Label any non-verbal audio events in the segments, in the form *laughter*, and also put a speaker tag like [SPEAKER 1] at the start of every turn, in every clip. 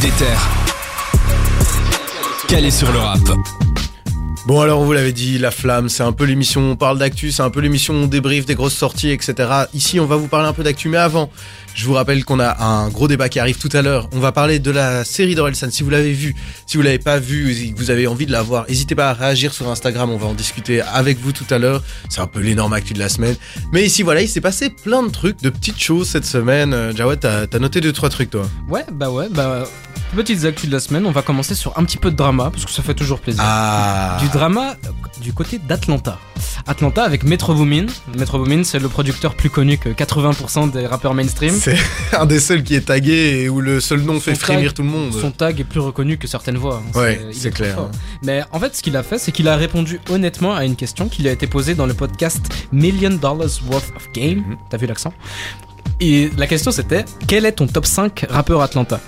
[SPEAKER 1] Déter. Calé sur le rap.
[SPEAKER 2] Bon alors on vous l'avez dit, la flamme, c'est un peu l'émission où on parle d'actu, c'est un peu l'émission où on débriefe des grosses sorties, etc. Ici on va vous parler un peu d'actu, mais avant, je vous rappelle qu'on a un gros débat qui arrive tout à l'heure. On va parler de la série d'Orelsan, si vous l'avez vu, si vous l'avez pas vu, si vous avez envie de la voir, n'hésitez pas à réagir sur Instagram, on va en discuter avec vous tout à l'heure. C'est un peu l'énorme actu de la semaine. Mais ici voilà, il s'est passé plein de trucs, de petites choses cette semaine. Euh, Jawad, t'as t'as noté deux, trois trucs toi
[SPEAKER 3] Ouais, bah ouais, bah. Petites actus de la semaine, on va commencer sur un petit peu de drama, parce que ça fait toujours plaisir.
[SPEAKER 2] Ah
[SPEAKER 3] Du drama euh, du côté d'Atlanta. Atlanta avec Metro Boomin. Metro Boomin, c'est le producteur plus connu que 80% des rappeurs mainstream.
[SPEAKER 2] *laughs* C'est un des seuls qui est tagué et où le seul nom fait
[SPEAKER 3] tag-
[SPEAKER 2] frémir tout le monde.
[SPEAKER 3] Son tag est plus reconnu que certaines voix.
[SPEAKER 2] Ouais,
[SPEAKER 3] il
[SPEAKER 2] c'est
[SPEAKER 3] est trop
[SPEAKER 2] clair,
[SPEAKER 3] fort.
[SPEAKER 2] hein.
[SPEAKER 3] Mais en fait, ce qu'il a fait, c'est qu'il a répondu honnêtement à une question qui lui a été posée dans le podcast Million Dollars Worth of Game.
[SPEAKER 2] Mhm.
[SPEAKER 3] T'as vu l'accent et la question c'était quel est ton top 5 rappeur Atlanta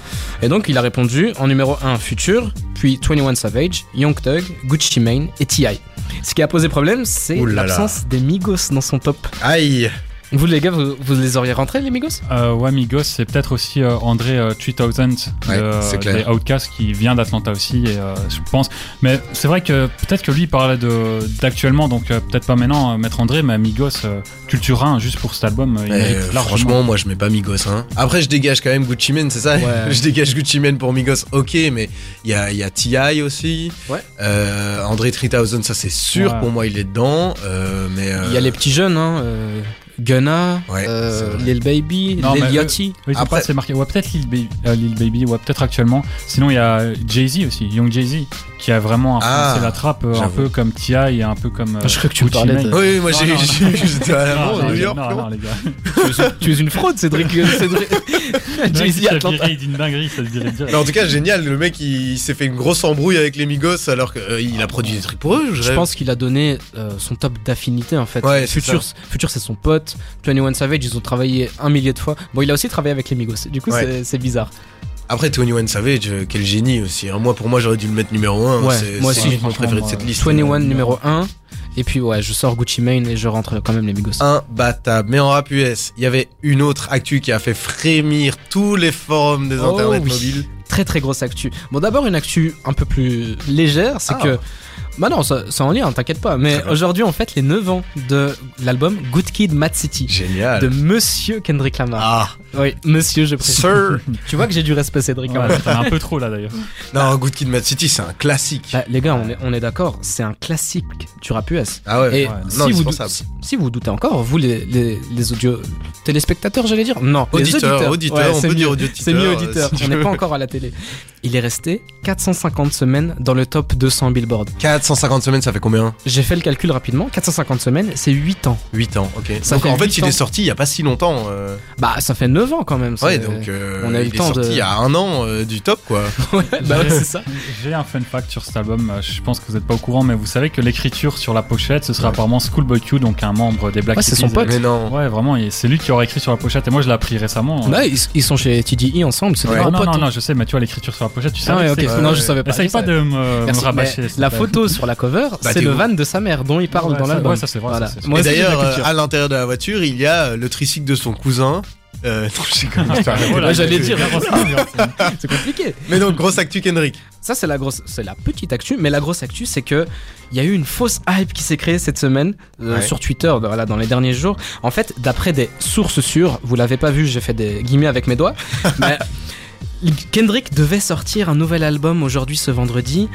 [SPEAKER 3] Et donc il a répondu en numéro 1 Future, puis 21 Savage, Young Thug, Gucci Mane et TI. Ce qui a posé problème, c'est
[SPEAKER 2] Ouh là là.
[SPEAKER 3] l'absence des Migos dans son top.
[SPEAKER 2] Aïe
[SPEAKER 3] Vous les gars, vous, vous les auriez rentrés les Migos
[SPEAKER 4] Euh, ouais, Migos, c'est peut-être aussi euh, André euh, 3000
[SPEAKER 2] Ouais,
[SPEAKER 4] de-
[SPEAKER 2] c'est clair.
[SPEAKER 4] euh, des Outcasts qui vient d'Atlanta aussi, et, euh, je pense. Mais c'est vrai que peut-être que lui il parlait de d'actuellement, donc euh, peut-être pas maintenant euh, mettre André, mais Migos, euh, culture 1, juste pour cet album, euh, il
[SPEAKER 2] Mais,
[SPEAKER 4] mérite
[SPEAKER 2] euh,
[SPEAKER 4] largement.
[SPEAKER 2] franchement, moi je mets pas Migos. Hein. Après, je dégage quand même Gucci Mane, c'est ça
[SPEAKER 3] Ouais.
[SPEAKER 2] *laughs* Je dégage Gucci Mane pour Migos, ok, mais il y a, il y a T.I. aussi.
[SPEAKER 3] Ouais.
[SPEAKER 2] Euh, André 3000, ça c'est sûr,
[SPEAKER 4] Ouais.
[SPEAKER 2] pour moi il est dedans. Euh, mais, euh,
[SPEAKER 3] Il y a les petits jeunes, hein, euh, Gunna,
[SPEAKER 2] Ouais,
[SPEAKER 3] euh,
[SPEAKER 2] c'est vrai.
[SPEAKER 3] Lil Baby,
[SPEAKER 4] Non,
[SPEAKER 3] Lil
[SPEAKER 4] mais euh,
[SPEAKER 3] Yachty.
[SPEAKER 4] Oui,
[SPEAKER 2] Après-
[SPEAKER 4] Après, c'est marqué. Ouais, peut-être Lil, Baby- euh, Lil Baby, ouais, peut-être actuellement. Sinon, il y a Jay-Z aussi, Young Jay-Z, qui a vraiment
[SPEAKER 2] Ah,
[SPEAKER 4] influencé la trappe, euh, un
[SPEAKER 2] j'avoue.
[SPEAKER 4] peu comme T.I. et un peu comme. euh,
[SPEAKER 3] Ah, Je crois que tu me
[SPEAKER 4] Gucci
[SPEAKER 3] parlais
[SPEAKER 4] Mane.
[SPEAKER 3] de-
[SPEAKER 2] Oui, moi
[SPEAKER 4] Non,
[SPEAKER 2] j'ai-
[SPEAKER 4] non.
[SPEAKER 2] *laughs* j'ai- j'étais à
[SPEAKER 4] Non,
[SPEAKER 2] la
[SPEAKER 4] non,
[SPEAKER 2] New
[SPEAKER 4] les-
[SPEAKER 2] York.
[SPEAKER 4] non,
[SPEAKER 2] non
[SPEAKER 4] non,
[SPEAKER 2] *laughs*
[SPEAKER 4] les gars.
[SPEAKER 3] Oh, tu es une fraude, Cédric. euh,
[SPEAKER 4] *laughs*
[SPEAKER 3] Cédric. *laughs* Jay-Z
[SPEAKER 4] Ça
[SPEAKER 3] Atlanta.
[SPEAKER 4] virait d'une dinguerie, ça se dirait direct.
[SPEAKER 2] Mais en tout cas, génial, le mec il, s'est fait une grosse embrouille avec les Migos alors qu'il a produit des trucs pour eux.
[SPEAKER 3] Je
[SPEAKER 2] rêve.
[SPEAKER 3] pense qu'il a donné euh, son top d'affinité en fait.
[SPEAKER 2] Ouais, c'est
[SPEAKER 3] Future, Future c'est son pote. 21 Savage, ils ont travaillé un millier de fois. Bon, il a aussi travaillé avec les Migos. Du coup,
[SPEAKER 2] Ouais.
[SPEAKER 3] c'est- c'est bizarre.
[SPEAKER 2] Après, Tony One Savage, euh, quel génie aussi. hein. Moi, pour moi, j'aurais dû le mettre numéro 1.
[SPEAKER 3] Ouais,
[SPEAKER 2] c'est
[SPEAKER 3] moi
[SPEAKER 2] c'est
[SPEAKER 3] aussi.
[SPEAKER 2] limite mon
[SPEAKER 4] Franchement,
[SPEAKER 2] préféré de
[SPEAKER 4] moi,
[SPEAKER 2] cette liste.
[SPEAKER 3] 21
[SPEAKER 2] Euh,
[SPEAKER 3] numéro 1. Et puis, ouais, je sors Gucci Mane et je rentre quand même les Migos.
[SPEAKER 2] Imbattable. Mais en rap US, il y avait une autre actu qui a fait frémir tous les forums des
[SPEAKER 3] Oh
[SPEAKER 2] internets
[SPEAKER 3] oui.
[SPEAKER 2] mobiles.
[SPEAKER 3] Très très grosse actu. Bon, d'abord, une actu un peu plus légère, c'est
[SPEAKER 2] Ah.
[SPEAKER 3] que. Bah non, ça, ça en lien, t'inquiète pas. Mais
[SPEAKER 2] bien.
[SPEAKER 3] aujourd'hui, on fête les 9 ans de l'album Good Kid Mad City de
[SPEAKER 2] Génial.
[SPEAKER 3] Monsieur Kendrick
[SPEAKER 2] Ah,
[SPEAKER 3] Lamar. Oui, Monsieur, je précise. *laughs*
[SPEAKER 2] sir.
[SPEAKER 3] Tu vois que j'ai du respect, Cédric. quand même.
[SPEAKER 4] Ouais, t'en as un peu trop là d'ailleurs.
[SPEAKER 2] non, Good Kid, Mad City, c'est un classique.
[SPEAKER 3] Bah, les gars, on est, on est d'accord, c'est un classique du rap US.
[SPEAKER 2] Ah ouais.
[SPEAKER 3] Et
[SPEAKER 4] ouais.
[SPEAKER 2] Non,
[SPEAKER 3] si, vous dou-
[SPEAKER 2] indispensable.
[SPEAKER 3] si- si vous doutez encore, vous les, les, les audio téléspectateurs, j'allais dire Non, les
[SPEAKER 2] Auditeur,
[SPEAKER 3] auditeurs.
[SPEAKER 2] auditeur,
[SPEAKER 3] Ouais,
[SPEAKER 2] on
[SPEAKER 3] c'est
[SPEAKER 2] peut
[SPEAKER 3] mieux.
[SPEAKER 2] dire audio
[SPEAKER 3] C'est mieux auditeur,
[SPEAKER 2] euh, si tu
[SPEAKER 3] on n'est
[SPEAKER 2] veux.
[SPEAKER 3] pas encore à la télé. Il est resté 450 semaines dans le top 200 Billboard.
[SPEAKER 2] 450 semaines, ça fait combien
[SPEAKER 3] J'ai fait le calcul rapidement, 450 semaines, c'est 8 ans.
[SPEAKER 2] 8 ans, ok.
[SPEAKER 3] Ça
[SPEAKER 2] donc
[SPEAKER 3] fait
[SPEAKER 2] en fait,
[SPEAKER 3] huit
[SPEAKER 2] il est
[SPEAKER 3] ans.
[SPEAKER 2] sorti il y a pas si longtemps. euh.
[SPEAKER 3] Bah, ça fait 9 ans quand même.
[SPEAKER 2] Ouais,
[SPEAKER 3] c'est-
[SPEAKER 2] donc euh,
[SPEAKER 3] on a eu le
[SPEAKER 2] il est
[SPEAKER 3] temps
[SPEAKER 2] sorti
[SPEAKER 3] de-
[SPEAKER 2] il y a un an euh, du top, quoi.
[SPEAKER 3] Ouais,
[SPEAKER 4] euh,
[SPEAKER 3] *laughs* bah ouais, c'est ça.
[SPEAKER 4] *laughs* J'ai un fun fact sur cet album, euh, je pense que vous n'êtes pas au courant, mais vous savez que l'écriture sur la pochette, ce sera
[SPEAKER 2] Ouais.
[SPEAKER 4] apparemment Schoolboy Q, donc un membre des Black
[SPEAKER 3] Ouais, c'est
[SPEAKER 4] Keys.
[SPEAKER 3] son pote.
[SPEAKER 2] Mais non.
[SPEAKER 4] Ouais, vraiment, et c'est lui qui aura écrit sur la pochette, et moi je l'ai appris récemment.
[SPEAKER 3] Là, Bah, ils, ils sont chez TDI ensemble, c'est
[SPEAKER 2] Ouais.
[SPEAKER 3] des
[SPEAKER 4] non,
[SPEAKER 3] gros
[SPEAKER 4] non,
[SPEAKER 3] potes.
[SPEAKER 4] non, non, je sais, mais tu vois, l'écriture sur la pochette, tu sais.
[SPEAKER 3] Ah ouais, ok,
[SPEAKER 2] Ouais,
[SPEAKER 3] non,
[SPEAKER 2] ouais.
[SPEAKER 3] je savais pas.
[SPEAKER 4] Essaye
[SPEAKER 3] je
[SPEAKER 4] pas
[SPEAKER 3] savais
[SPEAKER 4] de me, me
[SPEAKER 3] Merci.
[SPEAKER 4] rabâcher.
[SPEAKER 3] Mais
[SPEAKER 4] s'il
[SPEAKER 3] la
[SPEAKER 4] te plaît.
[SPEAKER 3] photo sur la cover,
[SPEAKER 2] Bah,
[SPEAKER 3] c'est
[SPEAKER 2] t'es
[SPEAKER 3] le
[SPEAKER 2] ouf.
[SPEAKER 3] van de sa mère dont il parle
[SPEAKER 4] Ouais,
[SPEAKER 3] dans
[SPEAKER 4] ça-
[SPEAKER 3] l'album.
[SPEAKER 4] ouais, ça, c'est vrai,
[SPEAKER 3] Voilà.
[SPEAKER 4] ça, c'est
[SPEAKER 3] Moi
[SPEAKER 2] Et
[SPEAKER 3] aussi, j'ai la
[SPEAKER 2] d'ailleurs, euh,
[SPEAKER 3] culture.
[SPEAKER 2] à l'intérieur de la voiture, il y a euh, le tricycle de son cousin. Euh, *laughs* non, je sais comment je t'ai arrêté.
[SPEAKER 4] Voilà,
[SPEAKER 3] Ouais, j'allais
[SPEAKER 4] c'est-
[SPEAKER 3] dire.
[SPEAKER 4] c'est-
[SPEAKER 3] c'est compliqué.
[SPEAKER 2] Mais donc, grosse actu, Kendrick.
[SPEAKER 3] Ça, c'est la grosse, c'est la petite actu, mais la grosse actu, c'est que il y a eu une fausse hype qui s'est créée cette semaine euh,
[SPEAKER 2] Ouais.
[SPEAKER 3] sur Twitter, voilà, dans les derniers jours. En fait, d'après des sources sûres, vous l'avez pas vu, j'ai fait des guillemets avec
[SPEAKER 2] *laughs*
[SPEAKER 3] mes doigts, mais Kendrick devait sortir un nouvel album aujourd'hui, ce vendredi.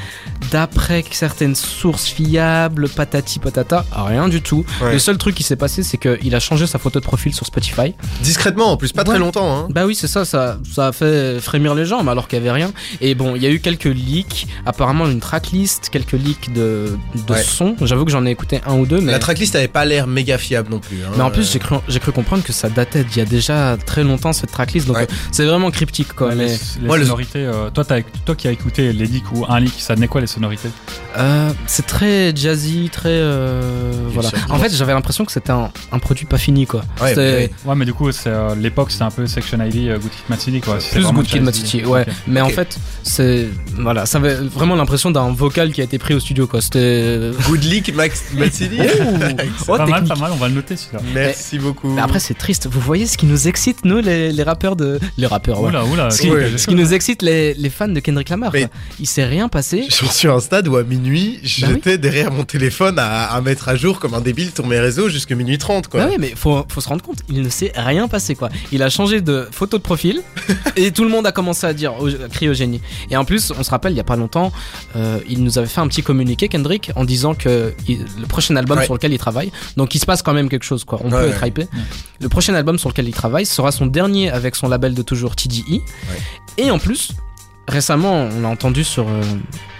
[SPEAKER 3] D'après certaines sources fiables, patati patata, rien du tout.
[SPEAKER 2] Ouais.
[SPEAKER 3] Le seul truc qui s'est passé, c'est qu'il a changé sa photo de profil sur Spotify.
[SPEAKER 2] Discrètement, en plus, pas très
[SPEAKER 3] Ouais.
[SPEAKER 2] longtemps. Hein.
[SPEAKER 3] Bah oui, c'est ça, ça, ça a fait frémir les gens, mais alors qu'il y avait rien. Et bon, il y a eu quelques leaks, apparemment une tracklist, quelques leaks de, de
[SPEAKER 2] Ouais.
[SPEAKER 3] sons. J'avoue que j'en ai écouté un ou deux, mais,
[SPEAKER 2] La tracklist avait pas l'air méga fiable non plus. hein.
[SPEAKER 3] mais en plus,
[SPEAKER 2] Euh,
[SPEAKER 3] j'ai cru, j'ai cru comprendre que ça datait d'il y a déjà très longtemps cette tracklist, donc
[SPEAKER 2] Ouais.
[SPEAKER 3] euh, c'est vraiment cryptique quoi.
[SPEAKER 4] Les,
[SPEAKER 3] mais,
[SPEAKER 4] les
[SPEAKER 2] Ouais, le-
[SPEAKER 4] sonorités, euh, toi, t'as- toi qui as écouté les leaks ou un leak, ça donnait quoi les sonorités
[SPEAKER 3] euh, c'est très jazzy, très. euh, voilà.
[SPEAKER 2] ça
[SPEAKER 3] En fait, j'avais l'impression que c'était un, un produit pas fini quoi.
[SPEAKER 2] Ouais,
[SPEAKER 3] C'était-
[SPEAKER 2] ouais.
[SPEAKER 4] Ouais, mais du coup, c'est, euh, l'époque, c'était un peu Section ID, euh, Good Kid Mad City, quoi. Si c'est
[SPEAKER 3] Plus
[SPEAKER 4] vraiment
[SPEAKER 3] Good Kid,
[SPEAKER 4] Jay-Z.
[SPEAKER 3] Mad City, ouais.
[SPEAKER 4] Ok.
[SPEAKER 3] Mais en
[SPEAKER 2] Ok.
[SPEAKER 3] fait, c'est voilà, ça avait vraiment l'impression d'un vocal qui a été pris au studio quoi. C'était
[SPEAKER 2] Good leak, Max *laughs* Matsidi.
[SPEAKER 3] Oh,
[SPEAKER 4] pas mal,
[SPEAKER 3] technique.
[SPEAKER 4] pas mal, on va le noter celui-là.
[SPEAKER 2] Merci beaucoup.
[SPEAKER 3] Mais après, c'est triste. Vous voyez ce qui nous excite, nous, les, les rappeurs de. Les rappeurs, Ah ouais.
[SPEAKER 4] Oula, oula.
[SPEAKER 3] Ce qui,
[SPEAKER 2] Ouais. je-
[SPEAKER 3] Ce qui nous excite les, les fans de Kendrick Lamar.
[SPEAKER 2] Mais-
[SPEAKER 3] quoi. Il s'est rien passé.
[SPEAKER 2] J'en suis à un stade où à
[SPEAKER 3] Bah
[SPEAKER 2] minuit, j'étais derrière mon téléphone à, à mettre à jour comme un débile sur mes réseaux jusqu'à minuit 30, quoi.
[SPEAKER 3] Bah oui, mais faut, faut se rendre compte, il ne s'est rien passé quoi. Il a changé de photo
[SPEAKER 2] *laughs*
[SPEAKER 3] de profil et tout le monde a commencé à dire, au- à crier au génie. Et en plus, on se rappelle, il y a pas longtemps, euh, il nous avait fait un petit communiqué, Kendrick, en disant que il- le prochain album
[SPEAKER 2] Ouais.
[SPEAKER 3] sur lequel il travaille, donc il se passe quand même quelque chose quoi, on
[SPEAKER 2] Ouais,
[SPEAKER 3] peut être hypé. Le prochain album sur lequel il travaille sera son dernier avec son label de toujours TDI. Et en plus, récemment, on a entendu sur, euh,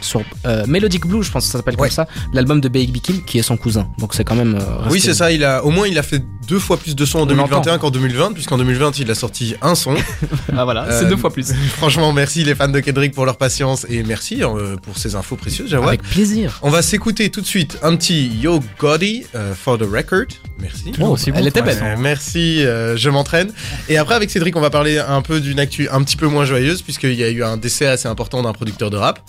[SPEAKER 3] sur euh, Melodic Blue, je pense que ça s'appelle
[SPEAKER 2] Ouais.
[SPEAKER 3] comme ça, l'album de Big Kim qui est son cousin. Donc c'est quand même. euh,
[SPEAKER 2] Ah Oui,
[SPEAKER 3] resté-
[SPEAKER 2] c'est ça. Il a, au moins, il a fait deux fois plus de sons en
[SPEAKER 3] On
[SPEAKER 2] 2021
[SPEAKER 3] l'entend.
[SPEAKER 2] qu'en 2020, puisqu'en 2020, il a sorti un son.
[SPEAKER 3] Ah voilà,
[SPEAKER 2] Euh,
[SPEAKER 3] *laughs* c'est deux fois plus.
[SPEAKER 2] *laughs* Franchement, merci les fans de Kendrick pour leur patience et merci euh, pour ces infos précieuses, Jawad.
[SPEAKER 3] Avec plaisir.
[SPEAKER 2] On va s'écouter tout de suite un petit Yo Gotti euh, for the record. Merci.
[SPEAKER 4] Toujours aussi
[SPEAKER 3] elle
[SPEAKER 4] bon,
[SPEAKER 3] était
[SPEAKER 4] ouais.
[SPEAKER 3] belle.
[SPEAKER 2] Euh, merci, euh, je m'entraîne. Et après, avec Cédric, on va parler un peu d'une actu un petit peu moins joyeuse, puisqu'il y a eu un décès assez important d'un producteur de rap.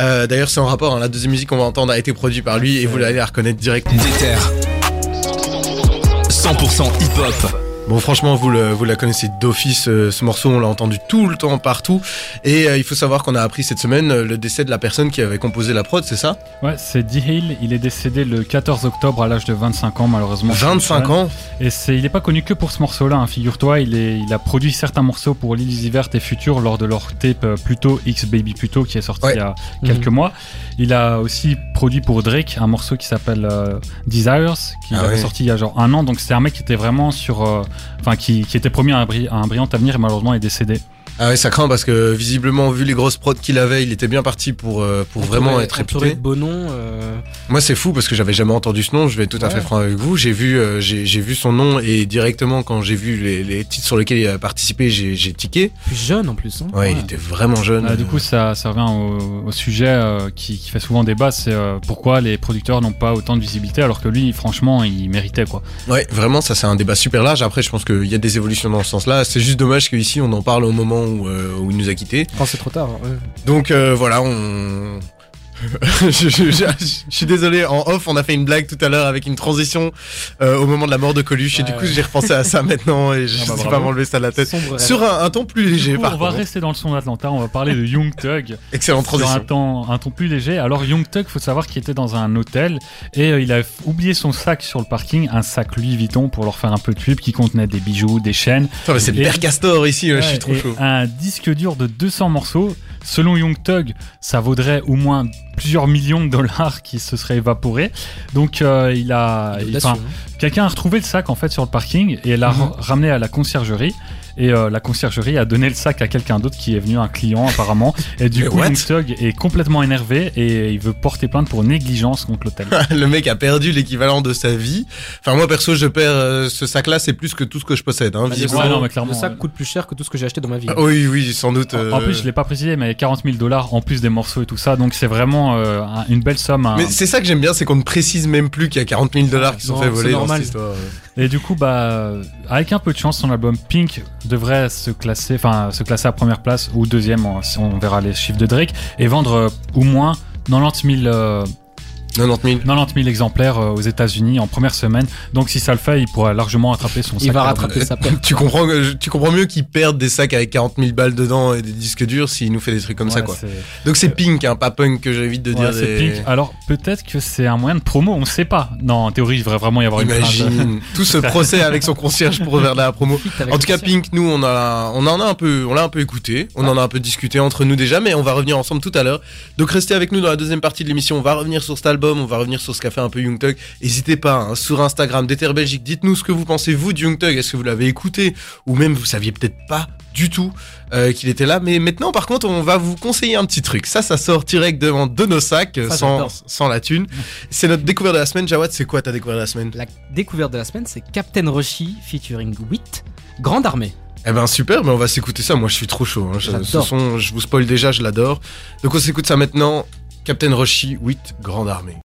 [SPEAKER 2] Euh, D'ailleurs, c'est en rapport, hein, la deuxième musique qu'on va entendre a été produite par lui et vous allez la reconnaître direct.
[SPEAKER 1] Déter. 100% hip-hop.
[SPEAKER 2] Bon, franchement, vous, le- vous la connaissez d'office, euh, ce morceau, on l'a entendu tout le temps, partout. Et euh, il faut savoir qu'on a appris cette semaine euh, le décès de la personne qui avait composé la prod, c'est ça
[SPEAKER 4] Ouais, c'est D. Hill. Il est décédé le 14 octobre à l'âge de 25 ans, malheureusement.
[SPEAKER 2] 25 ans
[SPEAKER 4] Et c'est, il n'est pas connu que pour ce morceau-là, hein, figure-toi. Il, est- il a produit certains morceaux pour Lil Vert et Future lors de leur tape euh, Pluto X Baby Pluto qui est sorti
[SPEAKER 2] Ouais.
[SPEAKER 4] il y a
[SPEAKER 3] Mmh. Mhm.
[SPEAKER 4] quelques mois. Il a aussi produit pour Drake un morceau qui s'appelle euh, Desires, qui
[SPEAKER 2] Ah
[SPEAKER 4] avait
[SPEAKER 2] ouais.
[SPEAKER 4] sorti il y a genre un an. Donc c'était un mec qui était vraiment sur. euh, Enfin, qui, qui était promis à un, bri- à un brillant avenir et malheureusement est décédé.
[SPEAKER 2] Ah ouais, ça craint parce que visiblement, vu les grosses prods qu'il avait, il était bien parti pour, euh, pour vraiment
[SPEAKER 3] Entouré-
[SPEAKER 2] être
[SPEAKER 3] entouré
[SPEAKER 2] réputé.
[SPEAKER 3] de beaux noms. euh,
[SPEAKER 2] Moi, c'est fou parce que j'avais jamais entendu ce nom. Je vais être tout à
[SPEAKER 3] Ouais.
[SPEAKER 2] fait franc avec vous. J'ai vu, euh, j'ai j'ai vu son nom et directement quand j'ai vu les, les titres sur lesquels il a participé, j'ai j'ai tiqué.
[SPEAKER 3] plus jeune en plus. hein.
[SPEAKER 2] Ouais, il était vraiment jeune.
[SPEAKER 4] Euh, du coup, ça, ça revient au, au sujet euh, qui, qui fait souvent débat, c'est euh, pourquoi les producteurs n'ont pas autant de visibilité alors que lui, franchement, il méritait quoi.
[SPEAKER 2] ouais, vraiment, ça c'est un débat super large. Après, je pense qu'il y a des évolutions dans ce sens-là. C'est juste dommage qu'ici on en parle au moment où, euh, où il nous a quittés.
[SPEAKER 3] Quand c'est trop tard. hein. ouais.
[SPEAKER 2] Donc euh, voilà, on. *laughs* je, je- je- je suis désolé, en off, on a fait une blague tout à l'heure avec une transition euh, au moment de la mort de Coluche et
[SPEAKER 3] Ouais,
[SPEAKER 2] du coup
[SPEAKER 3] ouais.
[SPEAKER 2] j'ai repensé à
[SPEAKER 4] *laughs*
[SPEAKER 2] ça maintenant et je ne
[SPEAKER 4] Ah bah,
[SPEAKER 2] sais pas
[SPEAKER 4] bravo.
[SPEAKER 2] m'enlever ça de la tête.
[SPEAKER 3] Sombre rêve.
[SPEAKER 2] Sur un, un ton plus
[SPEAKER 4] Du
[SPEAKER 2] léger,
[SPEAKER 4] coup,
[SPEAKER 2] par
[SPEAKER 4] on va
[SPEAKER 2] contre.
[SPEAKER 4] rester dans le son d'Atlanta, on va parler de Young Thug
[SPEAKER 2] Excellente
[SPEAKER 4] sur un
[SPEAKER 2] transition.
[SPEAKER 4] ton, un ton plus léger. Alors Young Thug, faut savoir qu'il était dans un hôtel et euh, il a f- oublié son sac sur le parking, un sac Louis Vuitton pour leur faire un peu de pub qui contenait des bijoux, des chaînes,
[SPEAKER 2] Putain, mais c'est le
[SPEAKER 4] Et-
[SPEAKER 2] père Castor ici, euh, je suis
[SPEAKER 4] Ouais,
[SPEAKER 2] trop
[SPEAKER 4] et
[SPEAKER 2] chaud. *laughs*
[SPEAKER 4] un disque dur de 200 morceaux. Selon Young Thug, ça vaudrait au moins plusieurs millions de dollars qui se seraient évaporés. Donc euh, il a,
[SPEAKER 3] Il est
[SPEAKER 4] il-
[SPEAKER 3] audacieux,
[SPEAKER 4] enfin,
[SPEAKER 3] hein.
[SPEAKER 4] Quelqu'un a retrouvé le sac en fait sur le parking et
[SPEAKER 2] Mhm.
[SPEAKER 4] l'a ra- ramené à la conciergerie. Et euh, la conciergerie a donné le sac à quelqu'un d'autre qui est venu, un
[SPEAKER 2] *laughs*
[SPEAKER 4] client apparemment. Et du
[SPEAKER 2] Mais
[SPEAKER 4] coup,
[SPEAKER 2] what
[SPEAKER 4] Young Thug est complètement énervé et il veut porter plainte pour négligence contre l'hôtel.
[SPEAKER 2] le mec a perdu l'équivalent de sa vie. Enfin, moi perso, je perds euh, ce sac-là, c'est plus que tout ce que je possède, hein,
[SPEAKER 3] Ah, Le
[SPEAKER 4] Ouais,
[SPEAKER 2] visiblement.
[SPEAKER 3] sac-
[SPEAKER 4] non, mais clairement,
[SPEAKER 3] Le sac
[SPEAKER 4] ouais.
[SPEAKER 3] coûte plus cher que tout ce que j'ai acheté dans ma vie.
[SPEAKER 2] Ah, oui, oui, sans doute.
[SPEAKER 4] En-
[SPEAKER 2] *laughs*
[SPEAKER 4] En
[SPEAKER 2] euh,
[SPEAKER 4] plus, je l'ai pas précisé, mais 40 000 dollars en plus des morceaux et tout ça. Donc c'est vraiment euh, un- une belle somme. un-
[SPEAKER 2] Mais c'est ça que j'aime bien, c'est qu'on ne précise même plus qu'il y a 40 000 dollars qui sont
[SPEAKER 3] Non,
[SPEAKER 2] fait
[SPEAKER 3] c'est
[SPEAKER 2] voler dans
[SPEAKER 3] normal.
[SPEAKER 2] cette histoire. euh.
[SPEAKER 4] Et du coup, bah, euh, avec un peu de chance, son album Pink devrait se classer, enfin, se classer à première place ou deuxième, on, on verra les chiffres de Drake, et vendre euh, au moins 90 000 euh,
[SPEAKER 2] 90 000.
[SPEAKER 4] 90 000 exemplaires euh, aux États-Unis en première semaine. Donc si ça le fait, il pourra largement attraper son
[SPEAKER 3] Il
[SPEAKER 4] sac
[SPEAKER 3] va
[SPEAKER 4] à dos.
[SPEAKER 3] rattraper sa perte.
[SPEAKER 2] Tu comprends, que- tu comprends mieux qu'ils perdent des sacs avec 40 000 balles dedans et des disques durs s'ils nous fait des trucs comme ça,
[SPEAKER 4] Ouais,
[SPEAKER 2] quoi.
[SPEAKER 4] c'est-
[SPEAKER 2] Donc c'est pink, hein, pas punk que j'évite de
[SPEAKER 4] ouais,
[SPEAKER 2] dire.
[SPEAKER 4] c'est
[SPEAKER 2] des-
[SPEAKER 4] Pink. Alors peut-être que c'est un moyen de promo, on sait pas. Non, en théorie, il devrait vraiment y avoir une plainte.
[SPEAKER 2] Imagine tout ce procès avec son concierge pour vers la promo. En tout cas, Pink, nous, on, a, on en a un peu, on l'a un peu écouté,
[SPEAKER 3] Ah.
[SPEAKER 2] on en a un peu discuté entre nous déjà, mais on va revenir ensemble tout à l'heure. Donc restez avec nous dans la deuxième partie de l'émission. On va revenir sur cet album, on va revenir sur ce qu'a fait un peu Young Thug. N'hésitez pas hein, sur Instagram d'Ether Belgique. Dites-nous ce que vous pensez vous de Young Thug. Est-ce que vous l'avez écouté ou même vous saviez peut-être pas du tout euh, qu'il était là. Mais maintenant, par contre, on va vous conseiller un petit truc. Ça, ça sort direct devant de nos sacs euh,
[SPEAKER 3] Ça,
[SPEAKER 2] sans,
[SPEAKER 3] j'adore.
[SPEAKER 2] sans la thune. C'est notre découverte de la semaine. Jawad, c'est quoi ta découverte de la semaine
[SPEAKER 3] La découverte de la semaine, c'est Captain Roshi featuring Wit, Grande Armée.
[SPEAKER 2] Eh ben super, mais on va s'écouter ça. Moi, je suis trop chaud. hein. Je, ce
[SPEAKER 3] J'adore.
[SPEAKER 2] son, je vous spoil déjà, je l'adore. Donc on s'écoute ça maintenant. Captain Roshi, 8, Grande Armée.